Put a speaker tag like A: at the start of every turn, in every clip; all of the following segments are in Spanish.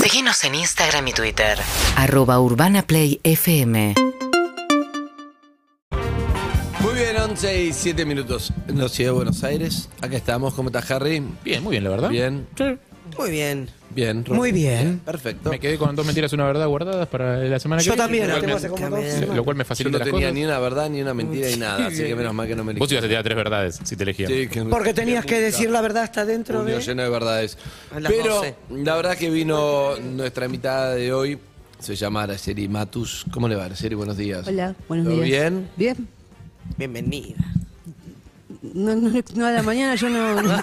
A: Seguinos en Instagram y Twitter.
B: Arroba Urbana Play FM.
C: Muy bien, 11 y 7 minutos en la ciudad de Buenos Aires. Acá estamos, ¿cómo está Harry?
D: Bien, muy bien, la verdad.
C: Bien,
D: Sí.
E: Muy bien.
C: bien. Ro-
F: Muy bien.
C: Perfecto.
D: Me quedé con dos mentiras y una verdad guardadas para la semana
F: Yo
D: que viene.
F: también,
D: lo
F: la tengo
D: cual
F: hace
D: me-
F: como
E: También.
F: dos
E: hace-
D: Lo cual me
C: Yo
D: facilita
C: no
D: las
C: tenía
D: cosas.
C: ni una verdad, ni una mentira, ni nada. Así que menos mal que no me
D: Vos ibas a tirar tres verdades si te elegían.
F: Porque tenías que decir la verdad está dentro
C: Junio
F: de...
C: lleno de verdades.
E: A las
C: Pero
E: 12.
C: la verdad que vino nuestra invitada de hoy. Se llama Araceli Matus. ¿Cómo le va, Araceli? Buenos días.
G: Hola, buenos
C: ¿Todo
G: días.
C: bien?
G: Bien.
E: Bienvenida.
G: No, no, no, a la mañana yo no. no.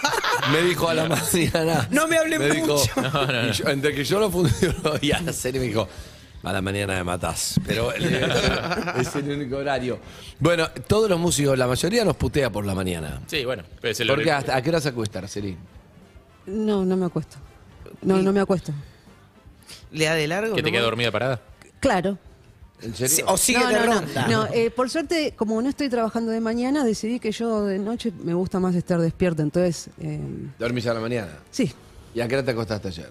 C: Me dijo a la mañana.
F: No me hablen
C: me dijo,
F: mucho.
C: y yo- entre que yo no funciono y a la serie me dijo, a la mañana me matás. Pero le- es el único horario. Bueno, todos los músicos, la mayoría nos putea por la mañana.
D: Sí, bueno. pues el-
C: Porque hasta, ¿a qué hora se acuesta, Araceli?
G: No, no me acuesto. No, no me acuesto.
E: ¿Le da de largo?
D: ¿Que te
E: no?
D: queda dormida parada?
G: Claro.
C: ¿En serio?
F: Sí, O sigue
G: no,
F: de
G: no, no,
F: ronda.
G: no, eh, por suerte, como no estoy trabajando de mañana, decidí que yo de noche me gusta más estar despierta. Entonces, eh,
C: ¿Dormís a la mañana?
G: sí,
C: ¿Y a qué hora te acostaste ayer?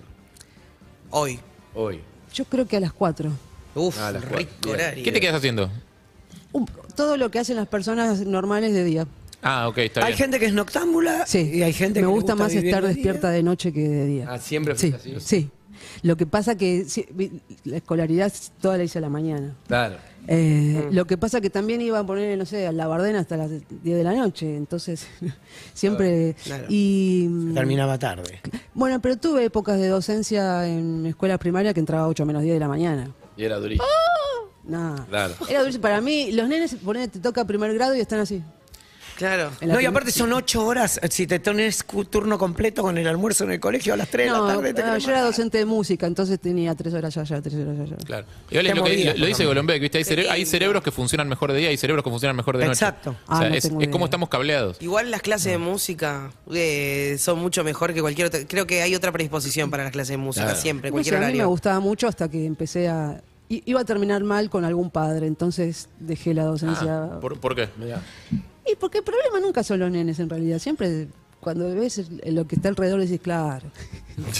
E: Hoy.
C: Hoy.
G: yo creo que a las 4.
E: Uf,
D: Ah,
C: A las cuatro.
E: rico
C: Bien.
E: horario.
D: ¿Qué te quedas haciendo?
G: todo lo que hacen las personas normales de día.
D: Ah, ok, está
F: Hay
D: bien.
F: gente que es noctámbula
G: Sí.
F: Ah, y hay gente
G: me
F: que le
G: gusta, más
F: vivir
G: estar
F: el día.
G: despierta de noche que de día.
C: Ah, siempre
G: sí,
C: fuiste así.
G: sí. Lo que pasa que sí, vi- la escolaridad toda la hice a la mañana.
C: Claro.
G: Eh,
F: Mm.
G: Lo que pasa que también iba a poner, no sé, a la bardena hasta las 10 de la noche, entonces siempre...
E: Claro.
G: Y mm,
F: Terminaba tarde.
G: bueno, pero tuve épocas de docencia en escuela primaria que entraba 8 menos 10 de la mañana.
C: Y era durísimo.
G: Nada.
C: Claro.
G: Era dulce. Para mí, los nenes, ponele, te toca primer grado y están así.
E: Claro.
G: en la
F: No, y
G: prim-
F: aparte son ocho horas. eh, Si te tenés cu- turno completo con el almuerzo en el colegio a las tres
G: No,
F: de la tarde, te
G: ah,
F: querés
G: yo era
F: matar.
G: docente de música, entonces tenía 3 horas allá, 3 horas allá.
D: Claro. Igual es
F: Te
D: lo, que-
F: movías,
D: lo- lo dice
F: por lo
D: Golombek, ¿viste? Hay, cere- hay cerebros que funcionan mejor de día y cerebros que funcionan mejor de noche.
F: Exacto.
D: O sea,
G: Ah, no
D: es,
G: tengo
D: es como
G: idea.
D: estamos cableados.
E: Igual las clases de música eh, son mucho mejor que cualquier otra. Creo que hay otra predisposición para las clases de música
C: Claro.
E: siempre,
G: No sé,
E: cualquier
G: a mí me
E: horario.
G: gustaba mucho hasta que empecé a... i- Iba a terminar mal con algún padre, entonces dejé la docencia.
D: Ah, ¿por, por qué?
C: Mirá.
G: Y porque el problema nunca son los nenes en realidad. Siempre cuando ves el- lo que está alrededor decís, claro.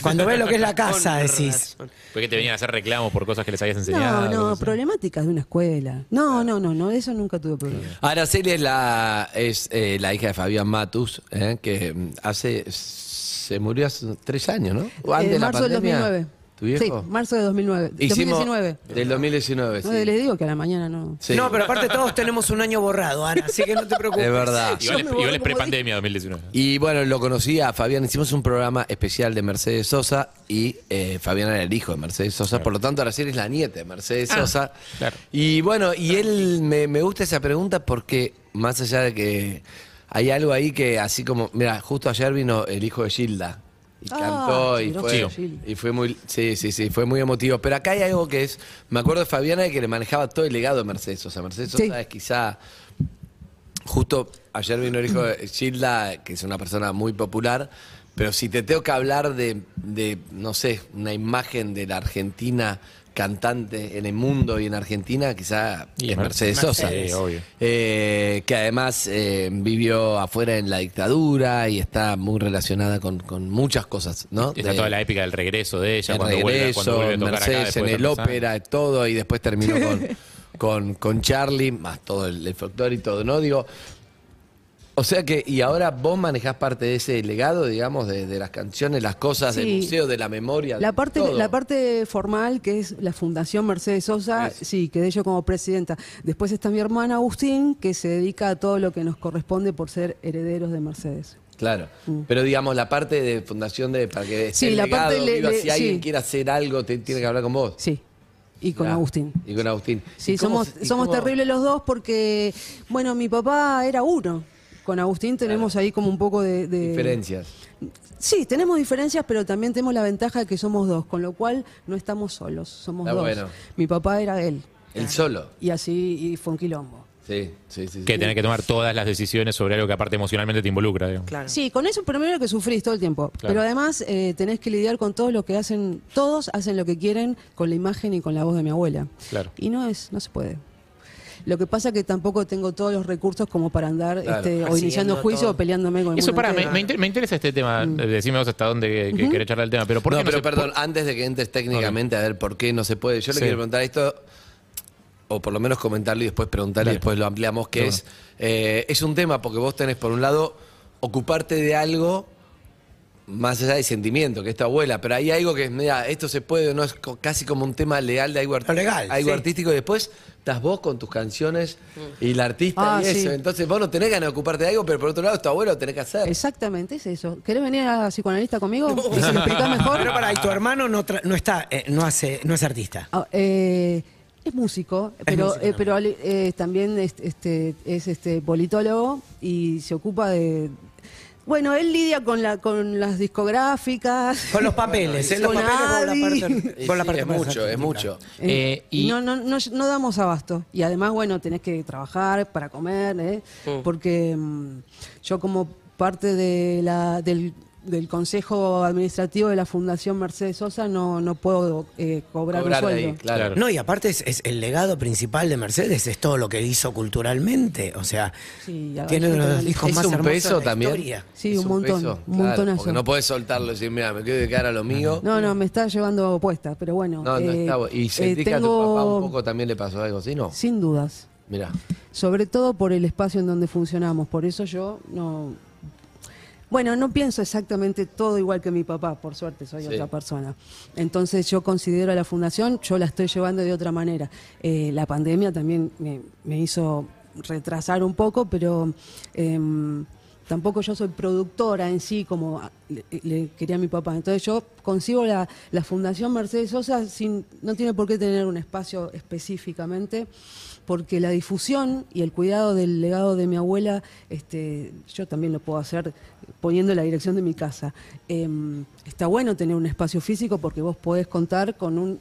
F: Cuando ves lo que es la casa,
E: Con
F: decís.
E: razón.
D: Porque te venían a hacer reclamos por cosas que les habías enseñado.
G: No, no,
D: cosas así.
G: problemáticas de una escuela. No, no, no, no, eso nunca tuve problema.
C: Araceli es la, es, eh, la hija de Fabián Matus, eh, que mm, hace. se murió hace tres años, ¿no? O antes
G: En
C: de la
G: Eh, marzo del
C: pandemia.
G: 2009.
C: ¿Tu viejo?
G: Sí, marzo de 2009.
C: Hicimos-
G: 2019.
C: Del 2019, sí.
G: No, les digo que a la mañana no.
C: Sí.
F: No, pero aparte todos tenemos un año borrado, Ana, así que no te preocupes.
C: Es verdad.
D: Igual es,
G: Yo me
D: igual es
G: vuelvo como
D: prepandemia 2019.
C: Y bueno, lo conocí a Fabián. Hicimos un programa especial de Mercedes Sosa y eh, Fabián era el hijo de Mercedes Sosa. Por lo tanto, Araceli es la nieta de Mercedes
G: Ah,
C: Sosa.
D: claro.
C: Y bueno, y él me, me gusta esa pregunta porque más allá de que hay algo ahí que así como, mira, justo ayer vino el hijo de Gilda. Y
G: Ah,
C: cantó y
G: mirá
C: fue,
G: que Gilda.
C: y fue muy sí, sí, sí, fue muy emotivo. Pero acá hay algo que es, me acuerdo de Fabiana de que le manejaba todo el legado de Mercedes Sosa. Mercedes Sosa
G: Sí.
C: es quizá Justo ayer vino el hijo
D: Mm.
C: de Gilda, que es una persona muy popular, pero si te tengo que hablar de, de, no sé, una imagen de la Argentina cantante en el mundo y en Argentina, quizá
D: Y
C: es
D: Mer-
C: Mercedes
D: Mercedes,
C: Sosa.
D: sí, obvio.
C: Eh, que además eh, vivió afuera en la dictadura y está muy relacionada con, con muchas cosas, ¿no?
D: Está
C: De-
D: toda la épica del regreso de ella,
C: en
D: cuando, vuelve,
C: regreso,
D: cuando vuelve a tocar acá.
C: Mercedes
D: después
C: en
D: de
C: el
D: tantos años.
C: ópera, todo, y después terminó con, con, con Charlie, más todo el, el folclore y todo, ¿no? Digo, o sea que, y ahora vos manejás parte de ese legado, digamos, de, de las canciones, las cosas del
G: Sí.
C: museo, de la memoria.
G: La
C: de
G: parte,
C: todo.
G: la parte formal, que es la Fundación Mercedes Sosa, sí. quedé yo como presidenta. Después está mi hermana Agustín, que se dedica a todo lo que nos corresponde por ser herederos de Mercedes.
C: Claro, pero digamos, la parte de fundación de, para que esté
G: Mm. Sí,
C: el
G: la
C: legado,
G: parte le-
C: digo,
G: le-
C: si alguien
G: sí.
C: quiere hacer algo, te, tiene que hablar con vos.
G: Sí, y con
C: Ah,
G: Agustín.
C: Y con Agustín. ¿Y
G: Sí,
C: cómo
G: somos,
C: se- y
G: somos
C: cómo-
G: terribles los dos porque, bueno, mi papá era uno. Con Agustín tenemos ahí como un poco de... de-
C: Diferencias.
G: Sí, tenemos diferencias, pero también tenemos la ventaja de que somos dos, con lo cual no estamos solos, somos
C: Está
G: dos.
C: bueno.
G: Mi papá era él,
C: El solo.
G: y así y fue un quilombo.
C: Sí, sí, sí. sí.
D: Que tenés que tomar todas las decisiones sobre algo que aparte emocionalmente te involucra, digamos.
E: Claro.
G: Sí, con eso primero que sufrís todo el tiempo, pero además eh, tenés que lidiar con todos los que hacen, todos hacen lo que quieren con la imagen y con la voz de mi abuela.
D: Claro.
G: Y no es, no se puede. Lo que pasa que tampoco tengo todos los recursos como para andar
C: Claro.
G: este, o
F: Persiguiendo
G: iniciando juicio
F: todo.
G: o peleándome con
D: Eso
G: alguna
D: para, me,
G: entidad.
D: me inter- me interesa este tema.
G: Mm.
D: Eh, Decime vos hasta dónde que- que querés charlar el tema. Pero ¿por
C: no,
D: qué no
C: pero
D: se-
C: perdón, antes de que entres técnicamente a ver por qué no se puede, yo
D: Sí.
C: le quiero preguntar esto, o por lo menos comentarlo y después preguntarle y
D: Dale.
C: después lo ampliamos, que
D: De
C: es, eh, es un tema porque vos tenés por un lado ocuparte de algo más allá del sentimiento, que es tu abuela, pero hay algo que es, mira, esto se puede, o no es co- casi como un tema leal de algo, artístico.
F: Legal,
C: algo
F: sí.
C: artístico, y después estás vos con tus canciones y la artista
G: Ah,
C: y eso.
G: sí.
C: Entonces vos no tenés ganas de ocuparte de algo, pero por otro lado tu abuelo lo tenés que hacer.
G: Exactamente, es eso. ¿Querés venir a psicoanalista conmigo? ¿Y se lo explicás mejor?
F: Pero para, y tu hermano no, tra- no está, eh, no hace, no es artista.
G: Ah, eh, es músico, pero,
F: músico
G: eh, pero eh, también es, este, es este politólogo y se ocupa de. Bueno, él lidia con la con las discográficas.
F: Con los papeles, ¿eh? los
G: Con
F: papeles
G: Adi.
F: con la parte,
C: Y
F: con la
C: sí,
F: parte
C: es
F: más
C: mucho, es
F: artística.
C: mucho.
D: Eh, y-
G: no, no, no, no damos abasto. Y además, bueno, tenés que trabajar para comer, ¿eh? porque mm, yo como parte de la, del, del Consejo Administrativo de la Fundación Mercedes Sosa no, no puedo eh, cobrar,
C: Cobrar
G: un
C: de
G: sueldo.
C: ahí, claro.
D: Claro.
F: No, y aparte es, es el legado principal de Mercedes, es todo lo que hizo culturalmente. O sea,
G: Sí, a-
F: tiene uno de los discos
C: ¿Es
F: más
C: un
F: hermosos
C: peso
F: de la
C: también?
F: historia.
G: Sí,
C: Es
G: un montón, un montonazo.
C: porque no podés soltarlo y decir, mira, me quiero dedicar a lo mío.
G: No, no, me está llevando puesta, pero bueno.
C: No, no
G: eh,
C: está bueno. Y
G: eh,
C: sentí que a tu
G: tengo-
C: papá un poco también le pasó algo, ¿sí? No.
G: Sin dudas.
C: Mirá.
G: Sobre todo por el espacio en donde funcionamos. Por eso yo no. Bueno, no pienso exactamente todo igual que mi papá, por suerte soy
C: Sí.
G: otra persona. Entonces yo considero a la fundación, yo la estoy llevando de otra manera. Eh, la pandemia también me, me hizo retrasar un poco, pero em, tampoco yo soy productora en sí como a- le, le quería a mi papá. Entonces yo concibo la, la fundación Mercedes Sosa, sin, no tiene por qué tener un espacio específicamente porque la difusión y el cuidado del legado de mi abuela, este, yo también lo puedo hacer poniendo la dirección de mi casa. Em, está bueno tener un espacio físico porque vos podés contar con un,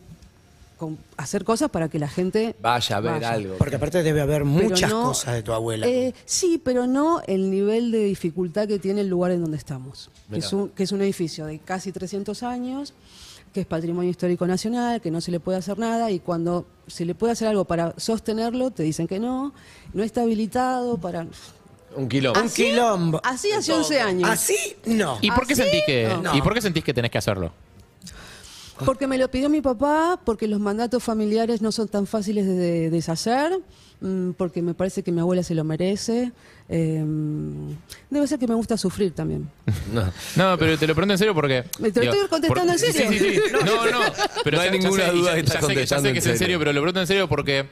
G: con hacer cosas para que la gente
C: Vaya a ver
G: Vaya.
C: algo.
F: Porque aparte debe haber
G: pero
F: muchas
G: no-
F: cosas de tu abuela.
G: Eh, sí, pero no el nivel de dificultad que tiene el lugar en donde estamos. Que
C: Mirá.
G: es, un, que es un edificio de casi 300 años, que es patrimonio histórico nacional, que no se le puede hacer nada y cuando se le puede hacer algo para sostenerlo, te dicen que no, no está habilitado para...
C: Un kilo.
F: Un quilombo.
G: Así hace 11 años.
F: ¿Así? No.
D: ¿Y por qué
G: ¿Ah, sí?
D: sentís que
F: No.
D: y por qué sentís que tenés que hacerlo?
G: Porque me lo pidió mi papá, porque los mandatos familiares no son tan fáciles de, de deshacer, mm, porque me parece que mi abuela se lo merece. eh, debe ser que me gusta sufrir también.
C: No.
D: No, pero te lo pregunto en serio porque.
G: Me- te lo estoy contestando en
D: sí,
G: serio.
D: Sí, sí, sí. No, no. Pero
C: No hay
D: ya- ya
C: ninguna
D: sé-
C: duda
D: ya-
C: que estás
D: ya sé que-
C: contestando
D: Ya sé que es
C: en
D: en
C: serio.
D: serio, pero lo pregunto en serio porque.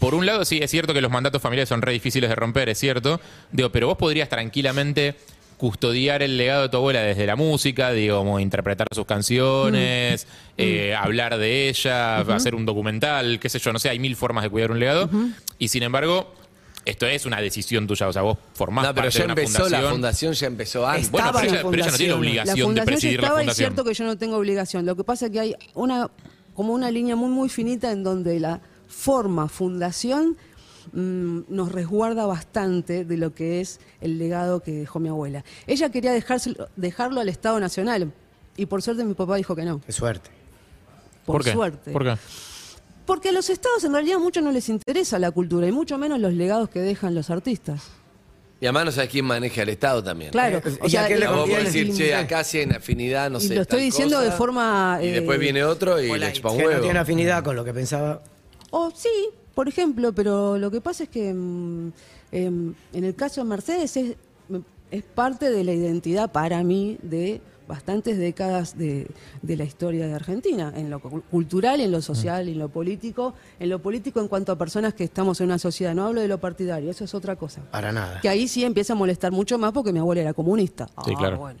D: Por un lado, sí, es cierto que los mandatos familiares son re difíciles de romper, es cierto. Digo, pero vos podrías tranquilamente custodiar el legado de tu abuela desde la música, digo, como interpretar sus canciones,
C: Mm.
D: eh, hablar de ella, hacer un documental, qué sé yo, no sé, hay mil formas de cuidar un legado. Y sin embargo, esto es una decisión tuya, o sea, vos formás
C: No, pero
D: parte
C: ya
D: de una
C: empezó, la fundación ya empezó antes.
D: Bueno,
F: Estaba
D: pero
F: la
D: ella, pero ella no tiene la
F: fundación.
G: La
D: obligación
G: fundación
D: de presidir
G: ya estaba
D: la
G: y es
D: fundación.
G: cierto que yo no tengo obligación. Lo que pasa es que hay una como una línea muy muy finita en donde la forma fundación mm, nos resguarda bastante de lo que es el legado que dejó mi abuela. Ella quería dejárselo- dejarlo al Estado Nacional y por suerte mi papá dijo que no.
F: Qué suerte.
G: Por,
D: qué?
G: suerte.
D: ¿Por qué?
G: Porque a los estados en realidad mucho no les interesa la cultura y mucho menos los legados que dejan los artistas.
C: Y además no sabes quién maneja el Estado también.
G: Claro.
F: Eh, ¿y a qué le
C: Claro, vos podés
F: conviene?
C: decir, che, acá sí hay una afinidad, no
G: Y
C: sé.
G: lo estoy
C: tal
G: diciendo
C: cosa,
G: de forma,
C: Y
G: eh,
C: después viene otro y le chupa un
F: Que no
C: huevo. Mm.
F: tiene afinidad con lo que pensaba.
G: O sí, por ejemplo, pero lo que pasa es que mm, em, en el caso de Mercedes es, es parte de la identidad para mí de bastantes décadas de, de la historia de Argentina, en lo cu- cultural, en lo
D: Mm.
G: social, en lo político, en lo político en cuanto a personas que estamos en una sociedad, no hablo de lo partidario, eso es otra cosa.
F: Para nada.
G: Que ahí sí empieza a molestar mucho más porque mi abuela era comunista.
D: Sí,
G: Ah,
D: claro.
G: bueno.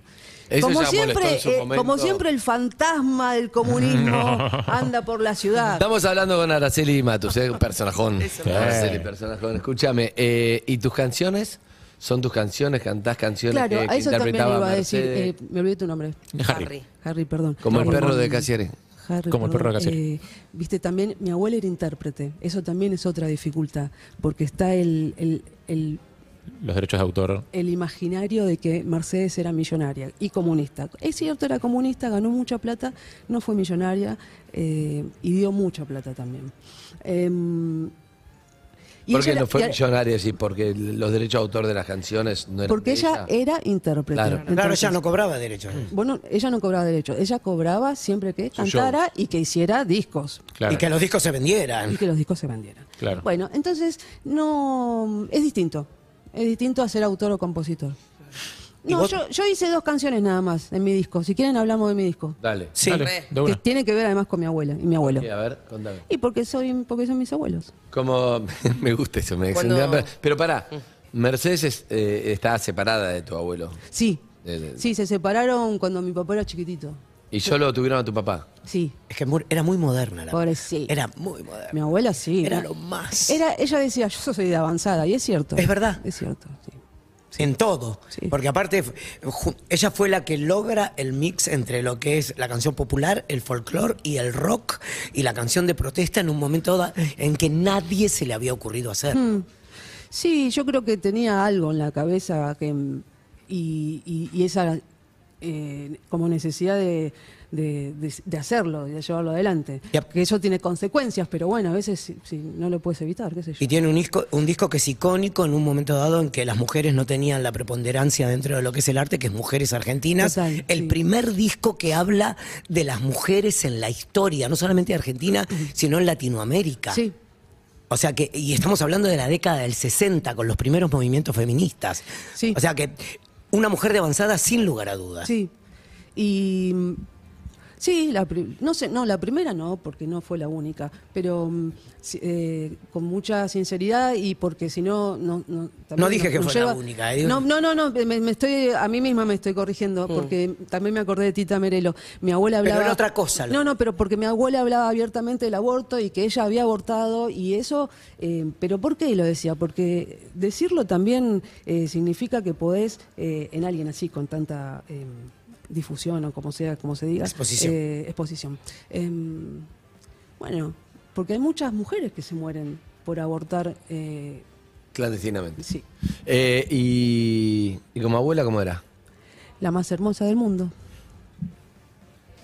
C: Eso
G: como,
C: ya molestó
G: siempre,
C: en su
G: eh,
C: momento.
G: como siempre el fantasma del comunismo anda por la ciudad.
C: Estamos hablando con Araceli Matus, ¿eh? un personajón. Araceli, personajón. Escúchame, eh, ¿y tus canciones? ¿Son tus canciones? ¿Cantás canciones
G: Claro,
C: que, que
G: a eso también
C: interpretaba
G: le iba a decir.
C: Mercedes?
G: eh, me olvidé tu nombre.
D: Harry.
G: Harry, perdón.
C: Como el
G: Eh,
C: perro de Casiere.
G: Harry,
D: Como el
G: perdón.
D: perro de Casiere.
G: Eh, Viste, también mi abuela era intérprete. Eso también es otra dificultad, porque está el, el, el,
D: Los derechos de autor.
G: el imaginario de que Mercedes era millonaria y comunista. Es cierto, era comunista, ganó mucha plata, no fue millonaria eh, y dio mucha plata también. Em, Y
C: Porque
G: ella
C: no
G: era-
C: fue
G: y-
C: millonaria, sí, porque los derechos de autor de las canciones no eran
G: Porque
C: de
G: ella era intérprete.
C: Claro.
G: Entonces,
F: Claro, ella no cobraba derechos.
G: Bueno, ella no cobraba derecho. Ella cobraba siempre que
C: Su show.
G: cantara y que hiciera discos.
D: Claro.
F: Y que los discos se vendieran.
G: y que los discos se vendieran.
D: Claro.
G: Bueno, entonces no es distinto. Es distinto a ser autor o compositor.
F: ¿Y
G: No,
F: vos-
G: yo, yo hice dos canciones nada más en mi disco. Si quieren hablamos de mi disco.
C: Dale.
F: Sí.
D: Dale, de
G: Que
D: una.
G: tiene que ver además con mi abuela y mi abuelo.
C: Sí, a ver, contame.
G: Y porque soy porque son mis abuelos.
C: Como me gusta eso, me
E: Cuando-
C: pero- Pero pará,
G: Mm.
C: Mercedes es, eh, está separada de tu abuelo.
G: Sí.
C: De- de-
G: Sí, se separaron cuando mi papá era chiquitito.
C: Y solo tuvieron a tu papá.
G: Sí.
F: Es que mu- era muy moderna la
G: Pobrecita.
F: Era muy moderna.
G: Mi abuela sí.
F: Era lo más.
G: Era, ella decía, yo soy de avanzada, y es cierto.
F: Es verdad.
G: Es cierto, sí.
F: En todo.
G: Sí.
F: Porque aparte, f- ju- ella fue la que logra el mix entre lo que es la canción popular, el folclore y el rock y la canción de protesta en un momento da- en que nadie se le había ocurrido hacer.
G: Mm. Sí, yo creo que tenía algo en la cabeza que, mm, y, y- y esa eh, como necesidad de, de- de- de hacerlo, de llevarlo adelante.
F: Yep.
G: Que eso tiene consecuencias, pero bueno, a veces sí, sí, no lo puedes evitar, qué sé yo.
F: Y tiene un disco, un disco que es icónico en un momento dado en que las mujeres no tenían la preponderancia dentro de lo que es el arte, que es Mujeres Argentinas.
G: Total,
F: el
G: sí.
F: primer disco que habla de las mujeres en la historia, no solamente de Argentina, sino en Latinoamérica.
G: Sí,
F: O sea que, y estamos hablando de la década del 60 con los primeros movimientos feministas.
G: Sí.
F: O sea que una mujer de avanzada sin lugar a dudas.
G: sí. Y mm, sí, la pri- no sé, no, la primera no, porque no fue la única, pero mm, sí, eh, con mucha sinceridad y porque si no, no, no, también
F: No dije
G: nos-
F: que
G: nos
F: fue la única, eh, digo- Mm.
G: no, no, no, no, me, me estoy, a mí misma me estoy corrigiendo, porque también me acordé de Tita Merelo. Mi abuela
F: Pero
G: hablaba.
F: era otra cosa, lo-
G: No, no, pero porque mi abuela hablaba abiertamente del aborto y que ella había abortado y eso. eh, pero ¿por qué lo decía? Porque decirlo también eh, significa que podés, eh, en alguien así, con tanta. eh, difusión o como sea como se diga
F: Exposición.
G: eh, exposición Em, bueno porque hay muchas mujeres que se mueren por abortar eh,
C: Clandestinamente.
G: sí
C: Eh, y, y como abuela, ¿cómo era?
G: la más hermosa del mundo.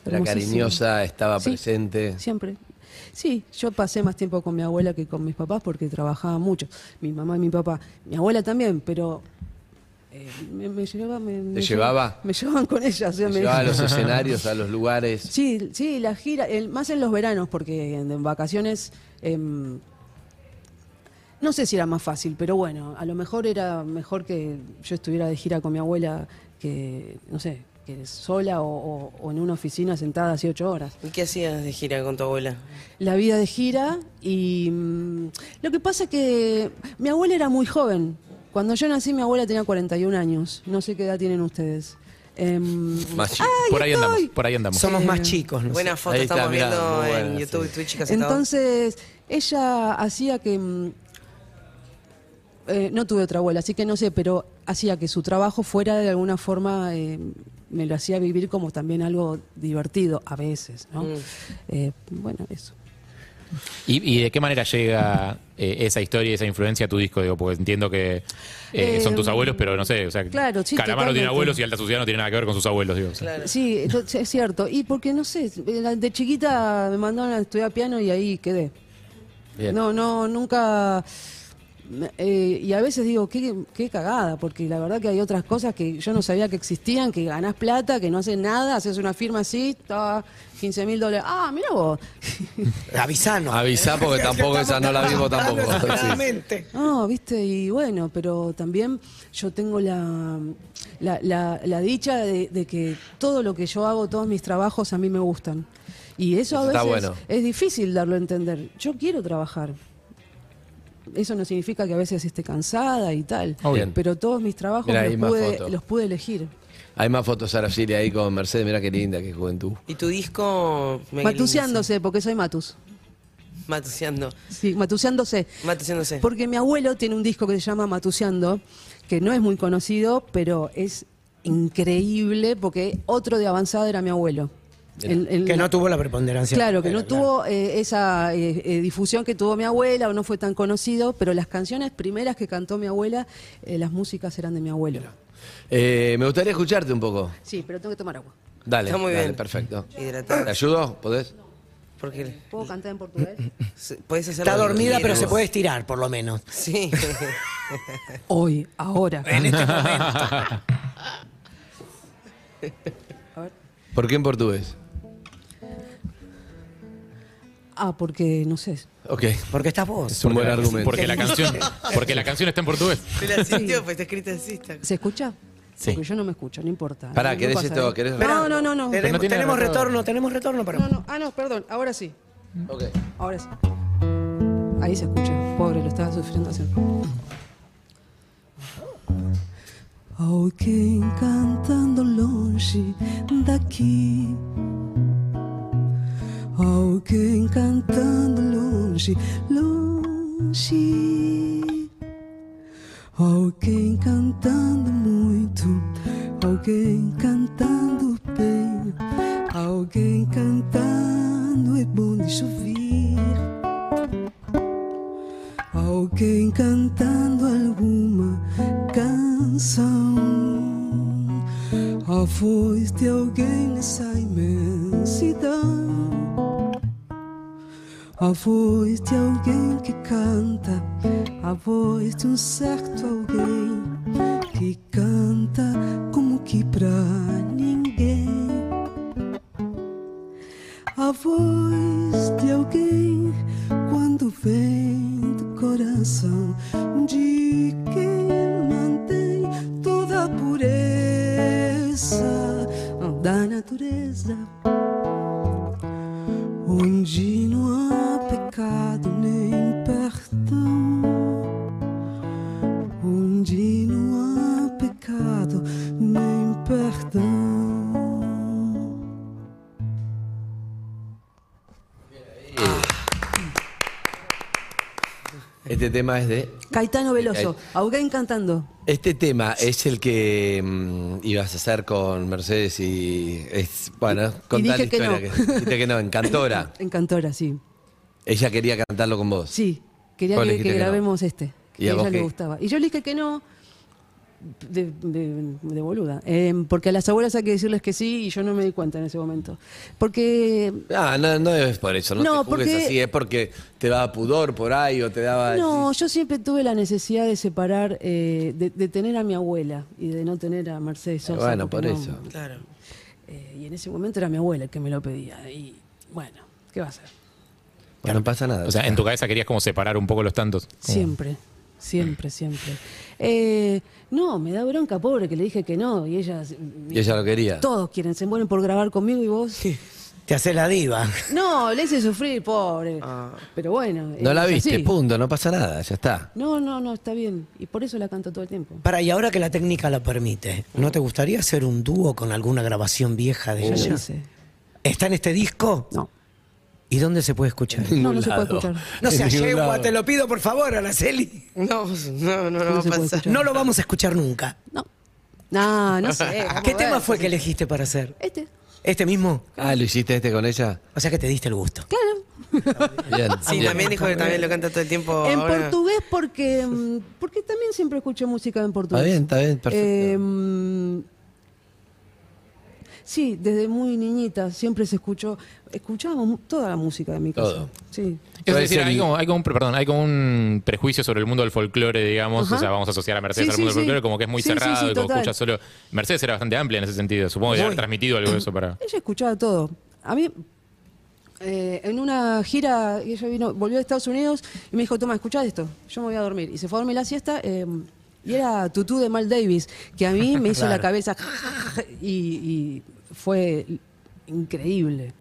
C: Era
G: Hermosísima.
C: cariñosa, estaba
G: Sí.
C: presente.
G: Siempre. Sí, yo pasé más tiempo con mi abuela que con mis papás porque trabajaba mucho. Mi mamá y mi papá. Mi abuela también, pero. eh, me, me llevaba, me, me
C: llevaba?
G: Me llevaban con ella. o sea,
C: Te
G: me-
C: Llevaba a los escenarios, a los lugares.
G: Sí, sí, la gira, el- más en los veranos, porque en, en vacaciones em, no sé si era más fácil, pero bueno, a lo mejor era mejor que yo estuviera de gira con mi abuela que, no sé, que sola o, o- o en una oficina sentada así ocho horas.
E: ¿Y qué hacías de gira con tu abuela?
G: La vida de gira y mm, lo que pasa que mi abuela era muy joven. Cuando yo nací mi abuela tenía 41 años, no sé qué edad tienen ustedes. Em,
C: Más chico.
D: Por ahí andamos,
G: estoy!
D: por ahí andamos.
F: Somos más chicos. ¿no?
E: Buenas fotos
C: Ahí está,
E: estamos
C: mirá,
E: viendo
C: muy
E: en
C: buena,
E: YouTube
C: sí.
E: y Twitch. casi todo.
G: Entonces, ella hacía que... mm, eh, no tuve otra abuela, así que no sé, pero hacía que su trabajo fuera de alguna forma, eh, me lo hacía vivir como también algo divertido a veces, ¿no? Eh, bueno, eso.
D: ¿Y, y de qué manera llega eh, esa historia y esa influencia a tu disco? Digo, porque entiendo que eh, son tus
G: Eh,
D: abuelos, pero no sé, o sea,
G: claro, sí,
D: Calamaro
G: totalmente.
D: tiene abuelos y Alta Sociedad no tiene nada que ver con sus abuelos, digo. o sea.
E: Claro.
G: Sí, esto- es cierto. Y porque, no sé, la- de chiquita me mandaron a estudiar piano y ahí quedé.
C: Bien.
G: No, no, nunca. eh, y a veces digo, qué, qué cagada, porque la verdad que hay otras cosas que yo no sabía que existían, que ganás plata, que no haces nada, haces una firma así, ta, 15 mil dólares. Ah, mira vos.
F: Avisanos.
C: Avisá porque tampoco esa no la vimos tampoco. Sí.
F: Claramente.
G: No, Ah, viste, y bueno, pero también yo tengo la, la, la- la dicha de, de que todo lo que yo hago, todos mis trabajos a mí me gustan. Y eso a
C: Eso está
G: veces
C: bueno.
G: es difícil darlo a entender. Yo quiero trabajar. Eso no significa que a veces esté cansada y tal.
C: Obvio. Bien.
G: Pero todos mis trabajos
C: Mirá,
G: me
C: hay
G: los,
C: más
G: pude,
C: fotos.
G: los pude elegir.
C: Hay más fotos Araceli ahí con Mercedes, mira qué linda, qué juventud.
E: ¿Y tu disco? Mira qué lindo, sí.
G: Matuseándose, porque soy Matus.
E: Matuseando.
G: Sí, matuseándose.
E: Matuseándose.
G: Porque mi abuelo tiene un disco que se llama Matuseando, que no es muy conocido, pero es increíble porque otro de avanzada era mi abuelo. El- el-
F: Que no tuvo la preponderancia.
G: Claro, que no
F: Bueno, claro.
G: tuvo eh, esa eh, eh, difusión que tuvo mi abuela o no fue tan conocido, pero las canciones primeras que cantó mi abuela, eh, las músicas eran de mi abuelo.
C: Eh, me gustaría escucharte un poco.
G: Sí, pero tengo que tomar agua.
C: Dale,
E: Está muy
C: dale,
E: bien.
C: perfecto.
E: Hidratado.
C: ¿Te ayudo? ¿Podés?
E: Porque
G: ¿Puedo cantar en portugués?
E: se- puedes hacer
F: Está
E: lo que
F: dormida, pero
E: quieras.
F: se puede estirar, por lo menos.
E: Sí.
G: Hoy, ahora.
F: En este momento.
G: A ver.
C: ¿Por qué en portugués?
G: Ah, porque no sé.
C: Ok.
F: Porque estás vos.
C: Es un buen argumento.
D: Porque la canción, porque la canción está en portugués.
E: Te la sintió, pues está escrita así. está-
G: ¿Se escucha?
D: Sí.
G: Porque yo no me escucho, no importa.
C: Pará,
G: No, no
C: ¿querés
G: pasa
C: esto?
G: nada.
C: ¿Querés-
G: No, no, no, no.
F: Tenemos,
D: no tiene
F: tenemos
D: retorno.
F: retorno, tenemos retorno para
G: No, no. Ah, no, perdón. Ahora sí.
C: Ok.
G: Ahora sí. Ahí se escucha. Pobre, lo estaba sufriendo hace. Alguém cantando Oh, longe daqui. Alguém cantando longe, longe. Alguém cantando muito, alguém cantando bem, alguém cantando é bom de chover. Alguém cantando alguma canção, a voz de alguém nessa imensidão. A voz de alguém que canta, a voz de um certo alguém que canta como que pra ninguém. A voz de alguém quando vem do coração de quem mantém toda a pureza da natureza onde não há pecado nem perdão, onde não há pecado nem perdão.
C: Este tema es de.
G: Caetano Veloso, Augain cantando.
C: Este tema es el que mm, ibas a hacer con Mercedes y. Es, bueno, contá la
G: dije que
C: historia.
G: no.
C: dijiste que no, en Cantora.
G: En Cantora, sí.
C: Ella quería cantarlo con vos.
G: Sí, quería
C: Vos le
G: que,
C: dijiste que
G: que
C: no.
G: grabemos este,
C: ¿Y
G: que
C: a
G: a
C: vos
G: ella le
C: qué?
G: gustaba. Y yo le dije que no, de, de- de boluda, Eh, porque a las abuelas hay que decirles que sí y yo no me di cuenta en ese momento. Porque
C: Ah, no, no es por eso, no,
G: No,
C: te juzgues
G: porque-
C: así, es porque te daba pudor por ahí o te daba.
G: No, yo siempre tuve la necesidad de separar, eh, de, de tener a mi abuela y de no tener a Mercedes Sosa.
C: Eh, Bueno, por
G: porque no-
C: eso.
E: Claro.
G: eh, y en ese momento era mi abuela el que me lo pedía. Y bueno, ¿qué va a hacer?
C: Bueno, no pasa nada.
D: O sea, en tu cabeza querías como separar un poco los tantos. Como-
G: Siempre, siempre, siempre. Eh, no, me da bronca, pobre, que le dije que no. Y ella.
C: Y ella lo quería.
G: Todos quieren, se mueren por grabar conmigo y vos.
F: Te hace la diva.
G: No, le hice sufrir, pobre.
C: Ah.
G: Pero bueno.
C: No
G: eh,
C: la
G: es
C: viste,
G: así.
C: punto, no pasa nada, ya está.
G: No, no, no, está bien. Y por eso la canto todo el tiempo.
F: Para, y ahora que la técnica la permite, ¿no te gustaría hacer un dúo con alguna grabación vieja de
D: Oh.
G: Ya
F: ella?
G: lo hice.
F: ¿Está en este disco?
G: No.
F: ¿Y dónde se puede escuchar?
G: No, no
C: Ningún
G: se puede
C: lado.
G: escuchar.
F: No
C: En
F: seas
C: ningún
F: yegua,
C: lado.
F: te lo pido por favor, Araceli.
E: No, no, no, no,
G: No
E: va a
G: se puede
E: pasar.
G: escuchar.
F: No lo vamos a escuchar nunca.
G: No. No, no sé. vamos
F: ¿Qué
G: a
F: tema
G: ver.
F: fue que elegiste para hacer?
G: Este.
F: ¿Este mismo?
C: Ah, ¿lo hiciste este con ella?
F: O sea que te diste el gusto.
G: Claro.
C: Bien.
E: Sí,
C: Ah, bien.
E: también dijo que también lo canta todo el
C: Oh,
E: tiempo.
G: en
E: ahora.
G: portugués porque mm, porque también siempre escucho música en portugués.
C: Está bien, está bien, perfecto.
G: Eh, mm, sí, desde muy niñita siempre se escuchó, escuchábamos mu- toda la música de mi casa.
C: Todo.
G: Sí.
D: Es
C: Puede
D: decir,
C: ser-
D: hay como, hay, como un, pre- perdón, hay como un prejuicio sobre el mundo del folclore, digamos.
G: Ajá.
D: O sea, vamos a asociar a Mercedes
G: Sí,
D: al
G: sí,
D: mundo del
G: sí.
D: folclore como que es muy
G: Sí, sí,
D: cerrado
G: sí,
D: y como
G: total.
D: escucha solo. Mercedes era bastante amplia en ese sentido. Supongo que debe haber transmitido algo de eso para.
G: Ella escuchaba todo. A mí eh, en una gira ella vino, volvió de Estados Unidos y me dijo, "Toma, escucha esto, yo me voy a dormir." Y se fue a dormir la siesta eh, y era Tutú de Mal Davis, que a mí me hizo la cabeza y, y fue increíble.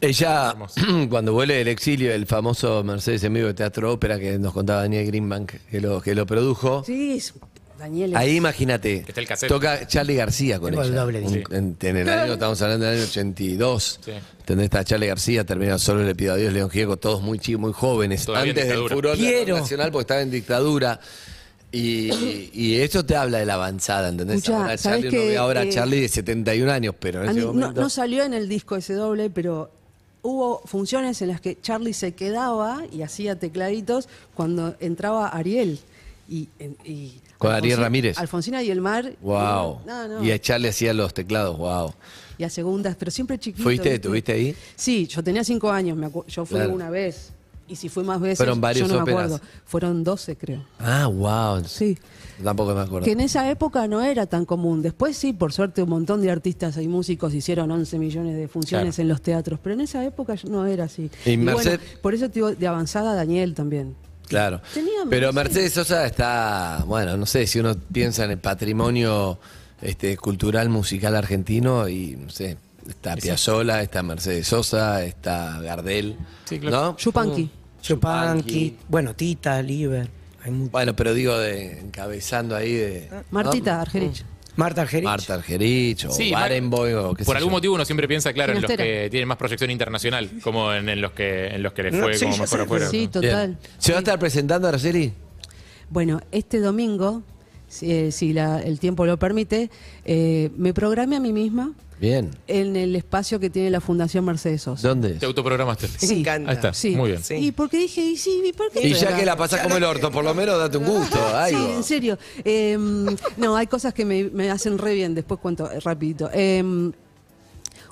C: Ella, cuando vuelve del exilio, el famoso Mercedes en vivo de Teatro Ópera que nos contaba Daniel Greenbank, que lo, que lo produjo.
G: Sí, es- Daniel. es-
C: Ahí imagínate,
D: Está el cassette.
C: toca Charlie García con
F: Tengo el
C: ella.
F: doble
C: Un-
F: disco.
C: en, en el año, estamos hablando del año 82.
D: Sí.
C: ¿Entendés? Está Charlie García, termina solo le pido a Dios, León Gieco, todos muy chicos, muy jóvenes,
D: Todavía en
C: antes del
D: dictadura.
C: furor
F: Piero.
C: nacional porque estaba en dictadura. Y, y- y eso te habla de la avanzada, ¿entendés?
G: Escuchá,
C: ahora
G: ¿sabés
C: Charlie, uno
G: que,
C: ve ahora a
G: eh,
C: Charlie de 71 años, pero en
G: A
C: ese
G: mí no,
C: momento.
G: no salió en el disco ese doble, pero hubo funciones en las que Charlie se quedaba y hacía tecladitos cuando entraba Ariel. Y, en- y
C: Con Ariel
G: Alfonsina-
C: Ramírez.
G: Alfonsina y el mar.
C: Wow.
G: Y, no, no,
C: Y a Charlie hacía los teclados, wow.
G: y a segundas, pero siempre chiquito.
C: ¿Fuiste?
G: ¿viste?
C: ¿Tuviste ahí?
G: Sí, yo tenía cinco años, me acu- yo fui
C: Claro.
G: una vez. Y si fui más veces,
C: Fueron varios
G: yo no me
C: óperas.
G: acuerdo. Fueron 12, creo.
C: Ah, wow.
G: Sí.
C: Tampoco me acuerdo.
G: Que en esa época no era tan común. Después sí, por suerte, un montón de artistas y músicos hicieron 11 millones de funciones
D: Claro.
G: en los teatros, pero en esa época no era así.
C: Y Merced-
G: por eso te digo, de avanzada Daniel también.
C: Claro.
G: Teníamos,
C: Pero
G: sí.
C: Mercedes Sosa está, bueno, no sé, si uno piensa en el patrimonio este, cultural musical argentino y, no sé, está Piazzolla, está Mercedes Sosa, está Gardel,
D: Sí, claro.
C: ¿no?
G: Chupanqui.
E: Mm.
F: Chupanqui, bueno, Tita, Liber. hay mu-
C: Bueno, pero digo, de, encabezando ahí de... ¿no?
G: Ah,
E: Ah, mm.
G: Martita Argerich.
F: Marta Argerich.
C: Marta Argerich o
D: Sí,
C: Barenboim o qué sé
D: Por algún
C: yo.
D: motivo uno siempre piensa, claro, en los
G: Ginastera.
D: que tienen más proyección internacional, como en, en los que en los que les
F: No,
D: fue
F: sí,
D: como
F: ya
D: mejor
F: sé,
D: afuera.
G: sí,
D: ¿no?
C: Bien.
G: total.
C: ¿Se va a estar presentando Araceli?
G: Bueno, este domingo, si, eh, si la- el tiempo lo permite, eh, me programé a mí misma
C: Bien.
G: en el espacio que tiene la Fundación Mercedes Sosa.
C: ¿Dónde? es?
D: Te autoprogramaste.
E: Me encanta.
D: Ahí está.
G: Sí.
D: Muy bien.
E: Sí.
G: Y porque dije, y sí, ¿y por qué?
C: Y ya que la pasás como el orto, por lo menos date un gusto,
G: Ah, Sí,
C: algo.
G: en serio. Eh, no, hay cosas que me, me hacen re bien. Después cuento eh, rapidito. Eh,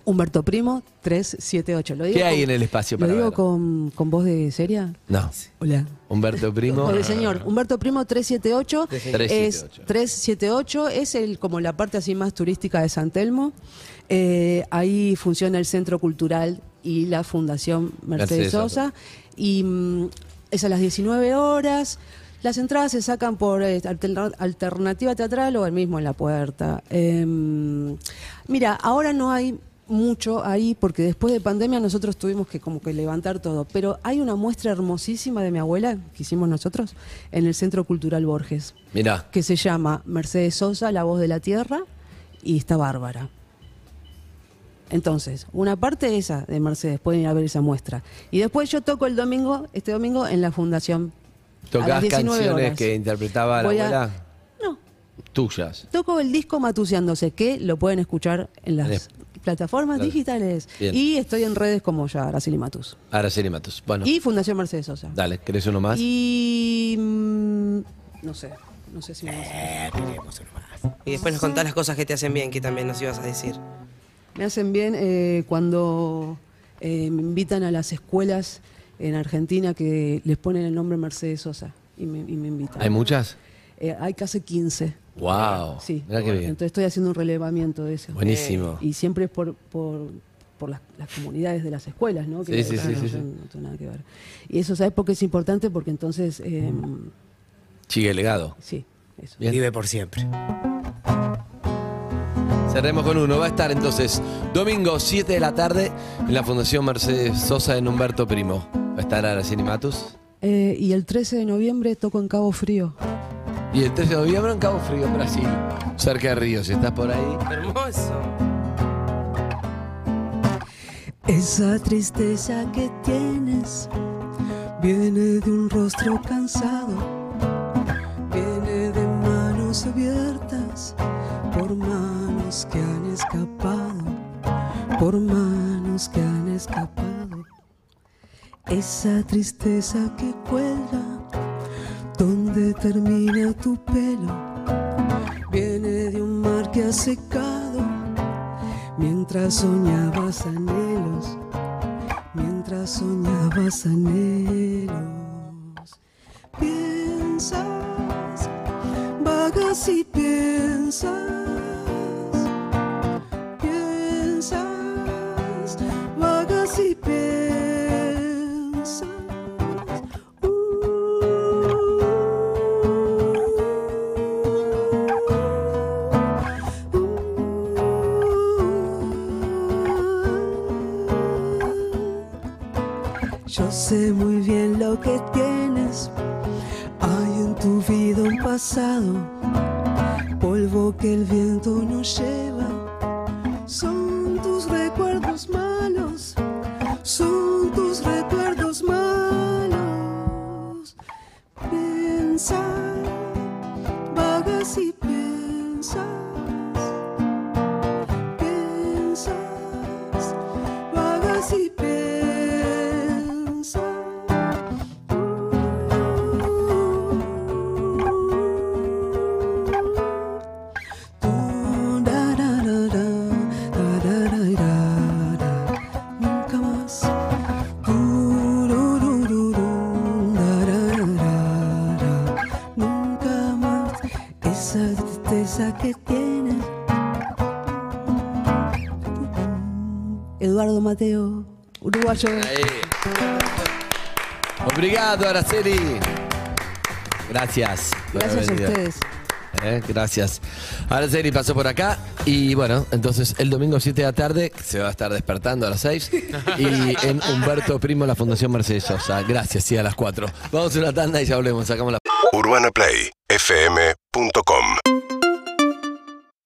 G: Humberto Primo, 378. Lo digo
C: ¿Qué hay
G: con-
C: en el espacio para
G: ¿Lo digo
C: ver?
G: con, con voz de seria?
C: No.
G: Hola.
C: Humberto Primo.
G: O de señor. Humberto Primo, 378.
C: 378.
G: Es 378 es el, como la parte así más turística de San Telmo. Eh, ahí funciona el Centro Cultural y la Fundación Mercedes,
C: Mercedes Sosa.
G: Sosa. Y mm, es a las 19 horas. Las entradas se sacan por eh, alterna- alternativa teatral o el mismo en la puerta. Eh, mira, ahora no hay mucho ahí porque después de pandemia nosotros tuvimos que como que levantar todo, pero hay una muestra hermosísima de mi abuela que hicimos nosotros en el Centro Cultural Borges
C: Mirá.
G: que se llama Mercedes Sosa, La Voz de la Tierra, y está Bárbara. Entonces, una parte esa de Mercedes, pueden ir a ver esa muestra. Y después yo toco el domingo, este domingo, en la Fundación. a las
C: ¿Tocás
G: 19
C: canciones
G: horas.
C: que interpretaba la
G: Voy a-
C: abuela?
G: No,
C: Tuyas.
G: toco el disco Matuseándose, que lo pueden escuchar en las plataformas
C: Claro.
G: digitales.
C: Bien.
G: Y estoy en redes como ya Araceli Matus.
C: Araceli Matos. Bueno,
G: Y Fundación Mercedes Sosa.
C: dale, ¿querés uno más?
G: Y... mm, no sé, no sé
C: Eh,
G: si... me vas a-
E: Y después nos contás las cosas que te hacen bien, que también nos ibas a decir.
G: Me hacen bien eh, cuando eh, me invitan a las escuelas en Argentina que les ponen el nombre Mercedes Sosa y me, y me invitan.
C: ¿Hay muchas?
G: Eh, hay casi 15.
C: Wow.
G: Sí.
C: Mirá qué bien.
G: Entonces estoy haciendo un relevamiento de eso.
C: Buenísimo.
G: Y siempre es por, por, por las, las comunidades de las escuelas, ¿no?
C: Sí, sí, sí,
G: no,
C: sí,
G: yo
C: sí.
G: no tengo nada que ver. Y eso, ¿sabes por qué es importante? Porque entonces, eh,
C: Sigue el legado.
G: sí, eso.
C: Bien.
F: Vive por siempre.
C: Cerremos con uno. Va a estar entonces domingo 7 de la tarde en la Fundación Mercedes Sosa en Humberto Primo. Va a estar Araceli Matos.
G: Eh, y el 13 de noviembre toco en Cabo Frío.
C: Y el 13 de noviembre en Cabo Frío, Brasil. Cerca de Río, si estás por ahí.
E: Hermoso.
G: Esa tristeza que tienes viene de un rostro cansado, viene de manos abiertas, por manos que han escapado, por manos que han escapado. Esa tristeza que cuelga, donde termina tu pelo, viene de un mar que ha secado mientras soñabas anhelos, mientras soñabas anhelos. Piensas, vagas y piensas, piensas, vagas y piensas. Uh, uh. Yo sé muy bien lo que tienes. Hay en tu vida un pasado, polvo que el viento no lleva. Son tus recuerdos malos, son tus recuerdos malos. Piensa, vagas y piensas, piensas, vagas y piensas. Uh, uh, uh. Mateo, uruguayo.
C: Ahí. Obrigado, Araceli. Gracias. por
G: Gracias a
C: haber venido.
G: ustedes.
C: Eh, gracias. Araceli pasó por acá y bueno, entonces el domingo 7 de la tarde se va a estar despertando a las 6 y en Humberto Primo la Fundación Mercedes Sosa. Gracias, sí, a las 4. Vamos a una tanda y ya volvemos, sacamos la...
H: UrbanaPlayFM.com